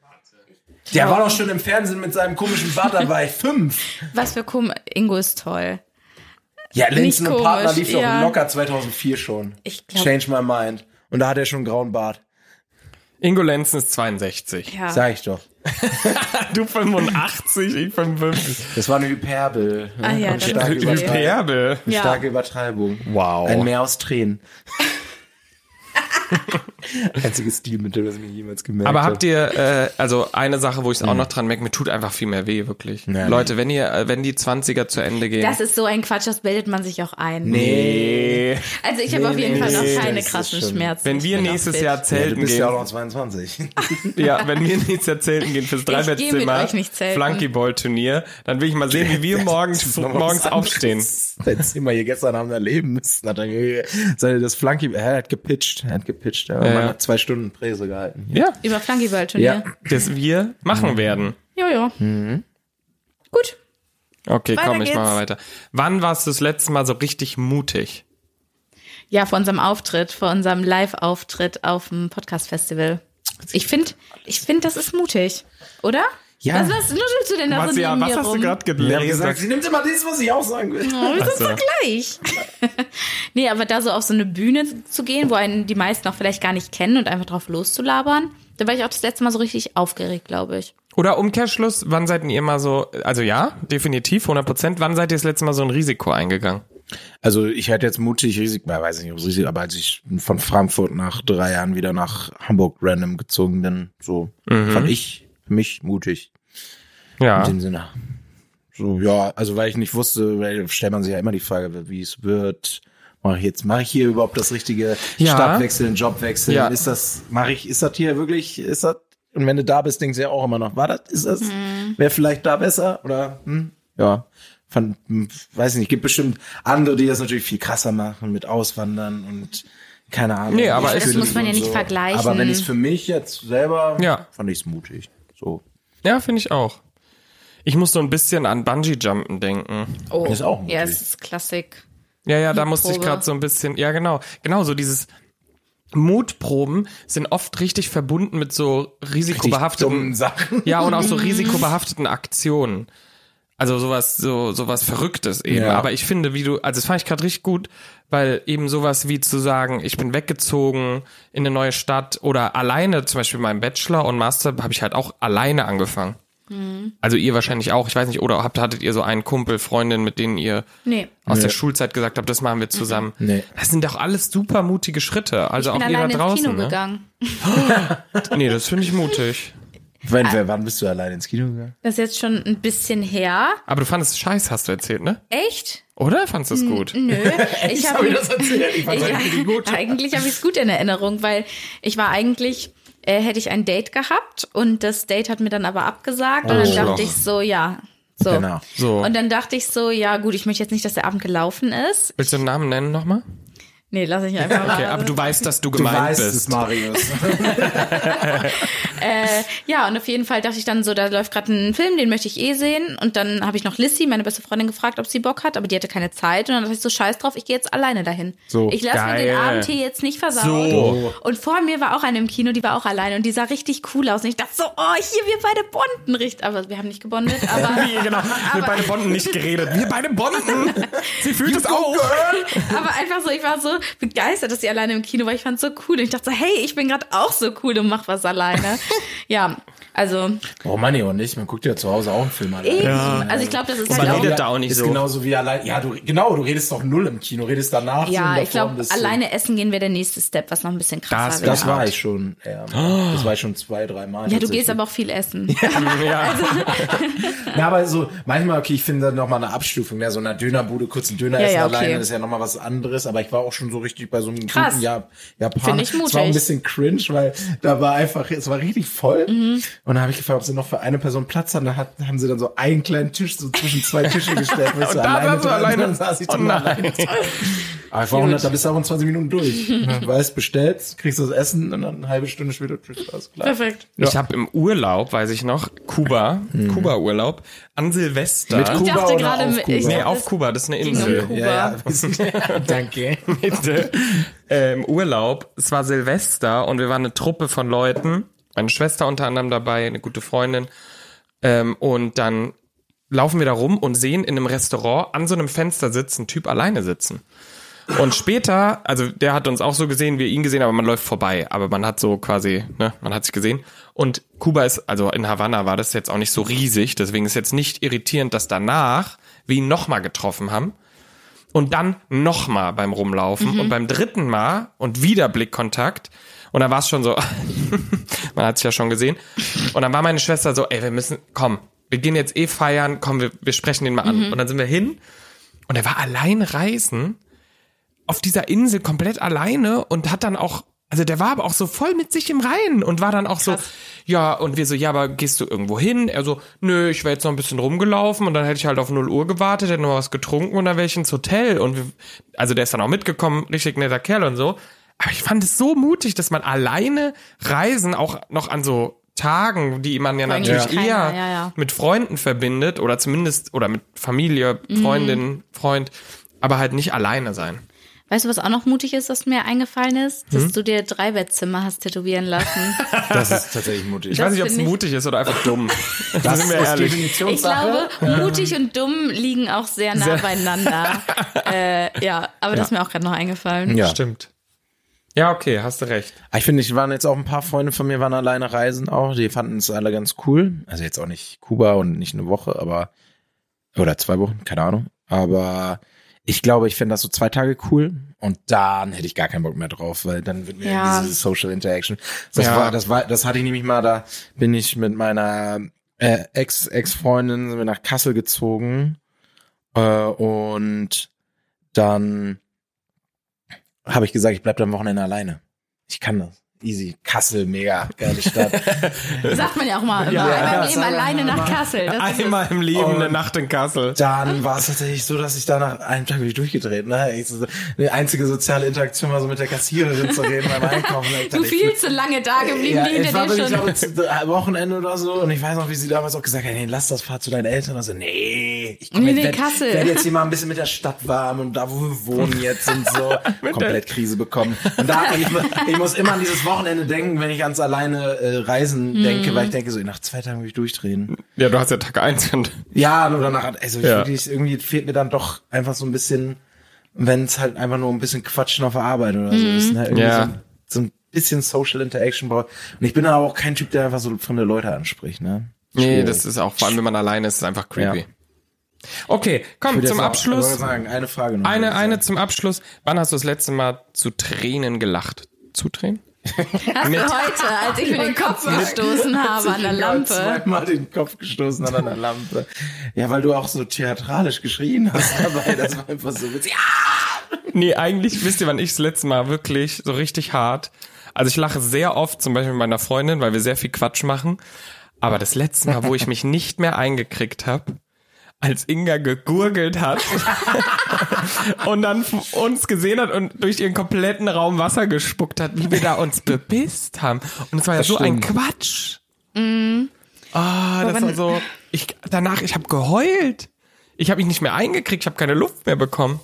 Speaker 2: Der war doch schon im Fernsehen mit seinem komischen Bart dabei. Fünf.
Speaker 3: Was für komisch. Ingo ist toll.
Speaker 2: Ja, Lenzen
Speaker 3: Nicht
Speaker 2: und Partner
Speaker 3: komisch,
Speaker 2: lief doch
Speaker 3: ja.
Speaker 2: locker 2004 schon.
Speaker 3: Ich glaub-
Speaker 2: Change my mind. Und da hat er schon einen grauen Bart.
Speaker 1: Ingo Lenzen ist 62.
Speaker 3: Ja.
Speaker 2: Sag ich doch.
Speaker 1: Du 85, ich 55.
Speaker 2: Das war eine Hyperbel.
Speaker 3: Ah ja,
Speaker 2: Eine
Speaker 3: das
Speaker 2: starke,
Speaker 3: stimmt.
Speaker 2: Übertreibung.
Speaker 1: Hyperbel.
Speaker 3: Ja.
Speaker 2: starke Übertreibung.
Speaker 1: Wow.
Speaker 2: Ein Meer aus Tränen. Einziges Stilmittel, das ich mir jemals gemerkt
Speaker 1: Aber
Speaker 2: habe.
Speaker 1: habt ihr, äh, also eine Sache, wo ich es auch noch dran merke, mir tut einfach viel mehr weh, wirklich.
Speaker 2: Hm. Ja,
Speaker 1: Leute, wenn ihr, äh, wenn die 20er zu Ende gehen.
Speaker 3: Das ist so ein Quatsch, das bildet man sich auch ein.
Speaker 2: Nee.
Speaker 3: Also ich habe auf jeden
Speaker 2: nee,
Speaker 3: Fall
Speaker 2: nee,
Speaker 3: noch keine
Speaker 2: das ist
Speaker 3: krassen
Speaker 2: schon-
Speaker 3: Schmerzen.
Speaker 1: wenn
Speaker 3: Ich
Speaker 1: wir
Speaker 3: bin
Speaker 1: nächstes
Speaker 3: auch fit.
Speaker 1: Jahr
Speaker 2: Ja, du
Speaker 1: zelten
Speaker 2: bist ja auch
Speaker 1: gehen,
Speaker 2: noch 22.
Speaker 1: ja, wenn wir nächstes Jahr zelten gehen fürs
Speaker 3: geh mit
Speaker 1: Dreibettzimmer,
Speaker 3: euch nicht zelten.
Speaker 1: Flunkyball-Turnier, dann will ich mal sehen, wie wir morgens,
Speaker 2: noch was
Speaker 1: morgens
Speaker 2: anderes.
Speaker 1: aufstehen.
Speaker 2: Dein Zimmer hier gestern haben wir erleben müssen. Hat er seine, äh, das Flanky, er hat gepitcht, er hat gepitcht. Er
Speaker 1: Ja.
Speaker 2: hat zwei Stunden Präse gehalten.
Speaker 1: Ja,
Speaker 3: Über Flankyball-Turnier.
Speaker 1: das wir
Speaker 2: Hm.
Speaker 1: machen werden.
Speaker 3: Ja. Jojo.
Speaker 2: Mhm.
Speaker 3: Gut.
Speaker 1: Okay,
Speaker 3: Weiter
Speaker 1: komm, ich mach
Speaker 3: geht's.
Speaker 1: mal weiter. Wann warst du das letzte Mal so richtig mutig?
Speaker 3: Ja, vor unserem Auftritt, vor unserem Live-Auftritt auf dem Podcast-Festival. Ich finde, ich find, das ist mutig, oder?
Speaker 2: Ja.
Speaker 3: Was, was nudelst du denn da so
Speaker 1: Matja,
Speaker 3: neben
Speaker 1: was
Speaker 3: mir
Speaker 1: hast
Speaker 3: rum?
Speaker 1: du gerade
Speaker 2: Er
Speaker 1: gelesen?
Speaker 2: hat gesagt, sie nimmt immer das, was ich auch sagen will.
Speaker 3: Oh, wir sind
Speaker 1: Also.
Speaker 3: vergleich. nee, aber da so auf so eine Bühne zu gehen, wo einen die meisten auch vielleicht gar nicht kennen und einfach drauf loszulabern, da war ich auch das letzte Mal so richtig aufgeregt, glaube ich.
Speaker 1: Oder Umkehrschluss, wann seid ihr mal so, also ja, definitiv, 100 Prozent, wann seid ihr das letzte Mal so ein Risiko eingegangen?
Speaker 2: Also ich hatte jetzt mutig Risiko, ja, weiß nicht, ob es Risiko, aber als ich von Frankfurt nach drei Jahren wieder nach Hamburg random gezogen bin, so
Speaker 1: Mhm.
Speaker 2: fand ich mich mutig.
Speaker 1: Ja.
Speaker 2: In dem Sinne. So, ja, also weil ich nicht wusste, weil stellt man sich ja immer die Frage, wie es wird. Mache ich jetzt, mache ich hier überhaupt das richtige
Speaker 1: Ja.
Speaker 2: Stadtwechseln, Jobwechseln?
Speaker 1: Ja.
Speaker 2: Ist das, mache ich, ist das hier wirklich, ist das, und wenn du da bist, denkst du ja auch immer noch, war das, ist das,
Speaker 1: Mhm.
Speaker 2: wäre vielleicht da besser oder, hm? ja, fand, hm, weiß nicht, gibt bestimmt andere, die das natürlich viel krasser machen mit Auswandern und keine Ahnung.
Speaker 1: Nee, aber Das
Speaker 3: muss
Speaker 2: Kündigen
Speaker 3: man ja
Speaker 2: und
Speaker 3: nicht vergleichen.
Speaker 2: Aber wenn ich es für mich jetzt selber,
Speaker 1: Ja.
Speaker 2: fand ich es mutig, so.
Speaker 1: Ja, finde ich auch. Ich muss so ein bisschen an Bungee-Jumpen denken.
Speaker 3: Oh,
Speaker 2: Ist auch mutig.
Speaker 3: Ja, es ist Klassik.
Speaker 1: Ja, ja, da musste ich
Speaker 3: Mutprobe.
Speaker 1: gerade so ein bisschen, ja genau, genau so dieses Mutproben sind oft richtig verbunden mit so risikobehafteten
Speaker 2: dummen Sachen.
Speaker 1: Ja, und auch so
Speaker 3: Mhm.
Speaker 1: risikobehafteten Aktionen. Also sowas, so, sowas Verrücktes eben.
Speaker 2: Ja.
Speaker 1: Aber ich finde, wie du, also das fand ich gerade richtig gut, weil eben sowas wie zu sagen, ich bin weggezogen in eine neue Stadt oder alleine, zum Beispiel meinem Bachelor und Master habe ich halt auch alleine angefangen.
Speaker 3: Mhm.
Speaker 1: Also ihr wahrscheinlich auch, ich weiß nicht, oder habt, hattet ihr so einen Kumpel, Freundin, mit denen ihr
Speaker 3: Nee.
Speaker 1: aus der Schulzeit gesagt habt, das machen wir zusammen.
Speaker 2: Mhm. Nee.
Speaker 1: Das sind doch alles super mutige Schritte. Also
Speaker 3: Ich bin
Speaker 1: auch ihr da
Speaker 3: alleine ins
Speaker 1: draußen.
Speaker 3: Kino
Speaker 1: ne?
Speaker 3: gegangen.
Speaker 1: Nee, das finde ich mutig.
Speaker 2: Wenn,
Speaker 3: Ah.
Speaker 2: wer, wann bist du allein ins Kino gegangen?
Speaker 3: Das ist jetzt schon ein bisschen her.
Speaker 1: Aber du fandest es scheiße, hast du erzählt, ne?
Speaker 3: Echt?
Speaker 1: Oder fandst du es gut?
Speaker 3: Nö, ich habe
Speaker 2: erzählt. Ich
Speaker 3: Ja, eigentlich habe ich es gut in Erinnerung, weil ich war eigentlich, äh, hätte ich ein Date gehabt und das Date hat mir dann aber abgesagt und dann
Speaker 1: Arschloch.
Speaker 3: dachte ich so, ja. So.
Speaker 2: Genau.
Speaker 1: So.
Speaker 3: Und dann dachte ich so, ja gut, ich möchte jetzt nicht, dass der Abend gelaufen ist.
Speaker 1: Willst du einen Namen nennen nochmal?
Speaker 3: Nee, lass ich einfach mal.
Speaker 1: Okay, aber du weißt, dass du
Speaker 2: Du
Speaker 1: gemeint
Speaker 2: weißt es,
Speaker 1: bist.
Speaker 2: Marius.
Speaker 3: Ja, und auf jeden Fall dachte ich dann so, da läuft gerade ein Film, den möchte ich eh sehen. Und dann habe ich noch Lissy, meine beste Freundin, gefragt, ob sie Bock hat, aber die hatte keine Zeit. Und dann dachte ich so, scheiß drauf, ich gehe jetzt alleine dahin.
Speaker 2: So,
Speaker 3: ich lasse mir den
Speaker 1: geil.
Speaker 3: Abend hier jetzt nicht versauen.
Speaker 1: So.
Speaker 3: Und vor mir war auch eine im Kino, die war auch alleine und die sah richtig cool aus. Und ich dachte so, oh, hier, wir beide bonden richtig. Aber wir haben nicht gebondet, aber,
Speaker 1: Ja, genau. Wir beide bonden nicht geredet. Wir beide bonden. Sie fühlt es auch.
Speaker 3: aber einfach so, ich war so begeistert, dass sie alleine im Kino war. Ich fand es so cool. Und ich dachte so, hey, ich bin gerade auch so cool und mach was alleine. ja, also,
Speaker 2: Warum man ja auch nicht? Man guckt ja zu Hause auch einen Film allein. Genau.
Speaker 3: eben. also ich glaube, das ist
Speaker 1: Und
Speaker 3: halt
Speaker 1: man
Speaker 3: auch...
Speaker 1: redet da auch nicht
Speaker 2: ist
Speaker 1: so.
Speaker 2: genauso wie allein. Ja, du, genau, du redest doch null im Kino, redest danach. so und
Speaker 3: Ja,
Speaker 2: davor
Speaker 3: ich
Speaker 2: ein
Speaker 3: glaube,
Speaker 2: bisschen.
Speaker 3: alleine essen gehen wäre der nächste Step, was noch ein bisschen krasser
Speaker 1: Das-
Speaker 3: wäre.
Speaker 2: Das war ich schon. Ja, das war ich schon zwei, drei Mal.
Speaker 3: Oh. ja, du gehst aber auch viel essen.
Speaker 1: Ja.
Speaker 2: Na, aber so, manchmal, okay, ich finde dann nochmal eine Abstufung. Ne? So in einer Dönerbude kurz einen Döner
Speaker 3: Ja,
Speaker 2: essen
Speaker 3: ja, okay.
Speaker 2: alleine ist ja nochmal was anderes. Aber ich war auch schon so richtig bei so einem
Speaker 3: Krass.
Speaker 2: guten ja Japaner.
Speaker 3: Finde ich
Speaker 2: Es war auch ein
Speaker 3: mutig.
Speaker 2: bisschen cringe, weil da war einfach, es war richtig voll.
Speaker 3: Mhm.
Speaker 2: Und da habe ich gefragt, ob sie noch für eine Person Platz haben. Da hat, haben sie dann so einen kleinen Tisch so zwischen zwei Tischen gestellt. wo ich so
Speaker 1: Und da warst du
Speaker 2: dran-
Speaker 1: alleine.
Speaker 2: Dann saß ich
Speaker 1: Oh
Speaker 2: dann
Speaker 1: nein.
Speaker 2: alleine. Aber ich war 100, da bist du auch in 20 Minuten durch. Du weißt, bestellst, kriegst das Essen und dann eine halbe Stunde später, tschüss, alles klar.
Speaker 3: Perfekt.
Speaker 1: Ich habe im Urlaub, weiß ich noch, Kuba, Kuba-Urlaub, an Silvester.
Speaker 2: Mit Kuba
Speaker 3: dachte
Speaker 2: oder
Speaker 3: gerade
Speaker 2: auf
Speaker 3: mit-
Speaker 2: Kuba?
Speaker 3: ich-
Speaker 1: Nee, auf Kuba, das ist eine
Speaker 3: um
Speaker 1: Insel.
Speaker 3: Kuba.
Speaker 2: ja, ja. Danke.
Speaker 1: Bitte. äh, Im Urlaub, es war Silvester und wir waren eine Truppe von Leuten, meine Schwester unter anderem dabei, eine gute Freundin. Ähm, und dann laufen wir da rum und sehen in einem Restaurant an so einem Fenster sitzen, einen Typ alleine sitzen. Und später, also der hat uns auch so gesehen, wir ihn gesehen, aber man läuft vorbei. Aber man hat so quasi, ne, man hat sich gesehen. Und Kuba ist, also in Havanna war das jetzt auch nicht so riesig, deswegen ist jetzt nicht irritierend, dass danach wir ihn nochmal getroffen haben. und dann nochmal beim Rumlaufen und beim dritten Mal und wieder Blickkontakt. Und dann war es schon so, man hat es ja schon gesehen. Und dann war meine Schwester so, ey, wir müssen, komm, wir gehen jetzt eh feiern, komm, wir, wir sprechen den mal an. Und dann sind wir hin und er war allein reisen auf dieser Insel komplett alleine und hat dann auch, also der war aber auch so voll mit sich im Reinen und war dann auch so, ja, und wir so, ja, aber gehst du irgendwo hin? Er so, nö, ich wäre jetzt noch ein bisschen rumgelaufen und dann hätte ich halt auf 0 Uhr gewartet, hätte noch was getrunken und dann wäre ich ins Hotel und wir, also der ist dann auch mitgekommen, richtig netter Kerl und so. Aber ich fand es so mutig, dass man alleine Reisen auch noch an so Tagen, die man ja
Speaker 3: Eigentlich
Speaker 1: natürlich eher
Speaker 3: keiner, ja, ja.
Speaker 1: mit Freunden verbindet oder zumindest oder mit Familie,
Speaker 3: Mhm.
Speaker 1: Freundin, Freund, aber halt nicht alleine sein.
Speaker 3: Weißt du, was auch noch mutig ist, was mir eingefallen ist?
Speaker 2: Hm?
Speaker 3: Dass du dir Dreibettzimmer hast tätowieren lassen.
Speaker 2: Das ist tatsächlich mutig.
Speaker 1: Ich weiß nicht, ob es
Speaker 3: finde ich-
Speaker 1: mutig ist oder einfach dumm.
Speaker 2: Das
Speaker 1: sind wir ehrlich.
Speaker 3: ich glaube, mutig und dumm liegen auch sehr nah beieinander. äh, ja, aber das ist mir auch gerade noch eingefallen.
Speaker 2: Ja.
Speaker 1: Stimmt. Ja, okay, hast du recht.
Speaker 2: Aber Ich finde, ich waren jetzt auch ein paar Freunde von mir, waren alleine reisen auch. Die fanden es alle ganz cool. Also jetzt auch nicht Kuba und nicht eine Woche, aber oder zwei Wochen, keine Ahnung. Aber ich glaube, ich fände das so zwei Tage cool und dann hätte ich gar keinen Bock mehr drauf, weil dann wird mir
Speaker 3: Ja.
Speaker 2: diese Social Interaction. Das
Speaker 1: Ja.
Speaker 2: war, das war, das hatte ich nämlich mal, da bin ich mit meiner äh, Ex, Ex-Freundin, sind wir nach Kassel gezogen. Äh, und dann habe ich gesagt, ich bleibe am Wochenende alleine. Ich kann das. Easy. Kassel, mega geile Stadt.
Speaker 3: Sagt man ja auch mal immer.
Speaker 2: Ja, ja,
Speaker 3: Einmal im Leben
Speaker 2: sagen wir
Speaker 3: alleine nach Kassel. Das ist
Speaker 1: Einmal im Leben
Speaker 2: Und-
Speaker 1: eine Nacht in Kassel.
Speaker 2: Dann war es tatsächlich so, dass ich da nach einem Tag wirklich durchgedreht. Ne? Ich, so, die einzige soziale Interaktion war so mit der Kassiererin zu reden beim Einkaufen. Ich
Speaker 3: du
Speaker 2: dachte, ich
Speaker 3: viel zu lange da geblieben,
Speaker 2: Ja,
Speaker 3: die
Speaker 2: ich
Speaker 3: hinter
Speaker 2: war
Speaker 3: dir
Speaker 2: wirklich,
Speaker 3: schon.
Speaker 2: glaube ich, am Wochenende oder so. Und ich weiß noch, wie sie damals auch gesagt hat, nee, lass das, fahr zu deinen Eltern. Also, nee, ich
Speaker 3: Nee,
Speaker 2: komme
Speaker 3: nee,
Speaker 2: jetzt,
Speaker 3: Kassel.
Speaker 2: werd, werd jetzt hier mal ein bisschen mit der Stadt warm und da, wo wir wohnen jetzt und so. Komplett Krise bekommen. Und da, und ich, mu- ich muss immer an dieses Wochenende denken, wenn ich ans alleine äh, Reisen
Speaker 3: Mhm.
Speaker 2: denke, weil ich denke so, nach zwei Tagen will ich durchdrehen.
Speaker 1: Ja, du hast ja Tag 1.
Speaker 2: Ja, oder nach, also ich
Speaker 1: Ja.
Speaker 2: wirklich, irgendwie fehlt mir dann doch einfach so ein bisschen, wenn es halt einfach nur ein bisschen Quatschen auf der Arbeit oder so ist. Ne? Irgendwie
Speaker 1: Ja.
Speaker 2: so, ein- so ein bisschen Social Interaction braucht. Und ich bin aber auch kein Typ, der einfach so fremde Leute anspricht, ne?
Speaker 1: Nee,
Speaker 2: Schwierig.
Speaker 1: das ist auch, vor allem wenn man alleine ist, ist es einfach creepy.
Speaker 2: Ja.
Speaker 1: Okay,
Speaker 2: Ich
Speaker 1: komm,
Speaker 2: würde
Speaker 1: zum
Speaker 2: jetzt auch- ich
Speaker 1: Abschluss.
Speaker 2: wollte sagen, eine Frage noch.
Speaker 1: Eine, eine zum Abschluss. Wann hast du das letzte Mal zu Tränen gelacht? Zu Tränen?
Speaker 3: Heute, als ich mir den Kopf gestoßen habe an der Lampe.
Speaker 2: Zweimal den Kopf gestoßen an einer Lampe. Ja, weil du auch so theatralisch geschrien hast dabei. Das war einfach so witzig. Ah!
Speaker 1: Nee, eigentlich wisst ihr, wann ich das letzte Mal wirklich so richtig hart. Also ich lache sehr oft, zum Beispiel mit meiner Freundin, weil wir sehr viel Quatsch machen. Aber das letzte Mal, wo ich mich nicht mehr eingekriegt habe, als Inga gegurgelt hat und dann f- uns gesehen hat und durch ihren kompletten Raum Wasser gespuckt hat, wie wir da uns bepisst haben. Und es war ja so ein Quatsch. Ah, das war
Speaker 3: wann-
Speaker 1: so. Ich, danach, ich habe geheult. Ich habe mich nicht mehr eingekriegt, ich habe keine Luft mehr bekommen.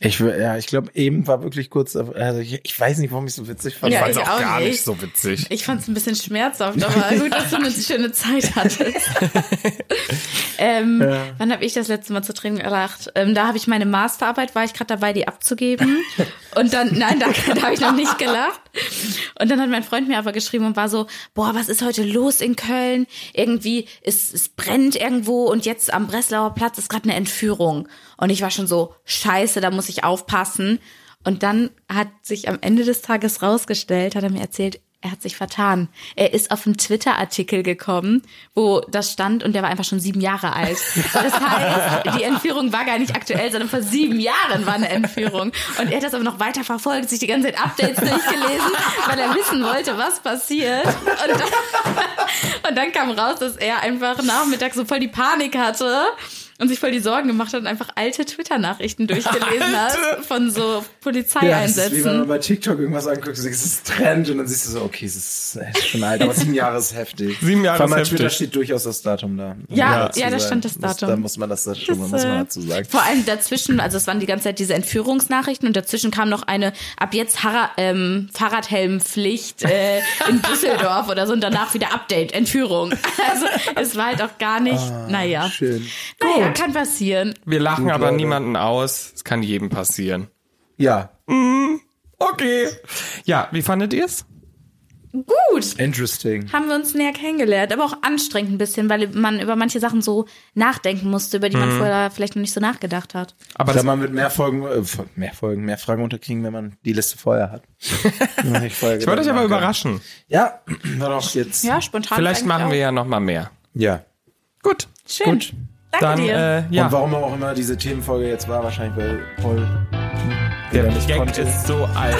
Speaker 2: Ich, wür- ja, ich glaube, eben war wirklich kurz, auf- also ich, ich weiß nicht, warum ich so witzig fand.
Speaker 3: Ja,
Speaker 2: Weil
Speaker 3: ich auch nicht.
Speaker 1: so witzig.
Speaker 3: Ich fand es ein bisschen schmerzhaft, aber gut, dass du eine schöne Zeit hattest. ähm, Wann habe ich das letzte Mal zu Tränen gelacht? Ähm, da habe ich meine Masterarbeit, war ich gerade dabei, die abzugeben. Und dann, nein, da, da habe ich noch nicht gelacht. Und dann hat mein Freund mir aber geschrieben und war so, boah, was ist heute los in Köln? Irgendwie, es, es brennt irgendwo und jetzt am Breslauer Platz ist gerade eine Entführung. Und ich war schon so, scheiße, da muss ich aufpassen. Und dann hat sich am Ende des Tages rausgestellt, hat er mir erzählt, er hat sich vertan. Er ist auf einen Twitter-Artikel gekommen, wo das stand und der war einfach schon sieben Jahre alt. Das heißt, die Entführung war gar nicht aktuell, sondern vor sieben Jahren war eine Entführung. Und er hat das aber noch weiter verfolgt, sich die ganze Zeit Updates durchgelesen, weil er wissen wollte, was passiert. Und dann, und dann kam raus, dass er einfach nachmittags so voll die Panik hatte und sich voll die Sorgen gemacht hat und einfach alte Twitter-Nachrichten durchgelesen hat von
Speaker 2: Ja,
Speaker 3: so
Speaker 2: das ist wie wenn man
Speaker 3: Polizeieinsätzen.
Speaker 2: bei TikTok irgendwas anguckt, und es ist Trend und dann siehst du so, okay, es ist echt schon alt, aber sieben Jahre ist heftig.
Speaker 1: Sieben Jahre
Speaker 2: Vor
Speaker 1: ist
Speaker 2: allem bei
Speaker 1: heftig.
Speaker 2: Twitter steht durchaus das Datum da. um muss
Speaker 3: Ja,
Speaker 2: man
Speaker 3: ja,
Speaker 2: dazu
Speaker 3: da
Speaker 2: sagen.
Speaker 3: stand das
Speaker 2: Muss-
Speaker 3: Datum.
Speaker 2: Da muss man das, das schon, muss
Speaker 3: äh,
Speaker 2: man dazu sagen.
Speaker 3: Vor allem dazwischen, also es waren die ganze Zeit diese Entführungsnachrichten und dazwischen kam noch eine ab jetzt Harra, ähm, Fahrradhelmpflicht äh, in Düsseldorf oder so und danach wieder Update, Entführung. Also es war halt auch gar nicht, naja.
Speaker 2: Schön.
Speaker 3: Naja, kann passieren.
Speaker 1: Wir lachen aber
Speaker 2: Leute.
Speaker 1: niemanden aus. Es kann jedem passieren.
Speaker 2: Ja,
Speaker 1: Okay. Ja, wie fandet ihr's?
Speaker 3: Gut.
Speaker 2: Interesting.
Speaker 3: Haben wir uns näher kennengelernt, aber auch anstrengend ein bisschen, weil man über manche Sachen so nachdenken musste, über die man vorher vielleicht noch nicht so nachgedacht hat.
Speaker 2: Aber ich
Speaker 1: das-
Speaker 2: glaube, man wird mehr Folgen, äh, mehr Folgen, mehr Fragen unterkriegen, wenn man die Liste vorher hat. ich
Speaker 1: Ich würde euch aber überraschen.
Speaker 2: Ja, war doch jetzt.
Speaker 3: Ja, spontan.
Speaker 1: Vielleicht
Speaker 3: eigentlich
Speaker 1: machen
Speaker 3: auch.
Speaker 1: wir ja noch mal mehr.
Speaker 2: ja.
Speaker 1: Gut.
Speaker 3: Schön.
Speaker 1: Gut.
Speaker 3: Danke
Speaker 1: Dann,
Speaker 3: dir.
Speaker 1: äh, ja.
Speaker 2: Und warum auch immer diese Themenfolge jetzt war, wahrscheinlich weil Paul
Speaker 1: Der
Speaker 2: wieder nicht
Speaker 1: Gag
Speaker 2: konnte.
Speaker 1: ist so alt.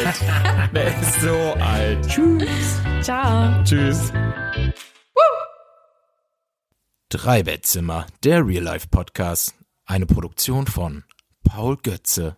Speaker 1: Der ist so alt.
Speaker 3: Ciao.
Speaker 1: Tschüss.
Speaker 4: Drei Bettzimmer, der Real Life Podcast. Eine Produktion von Paul Götze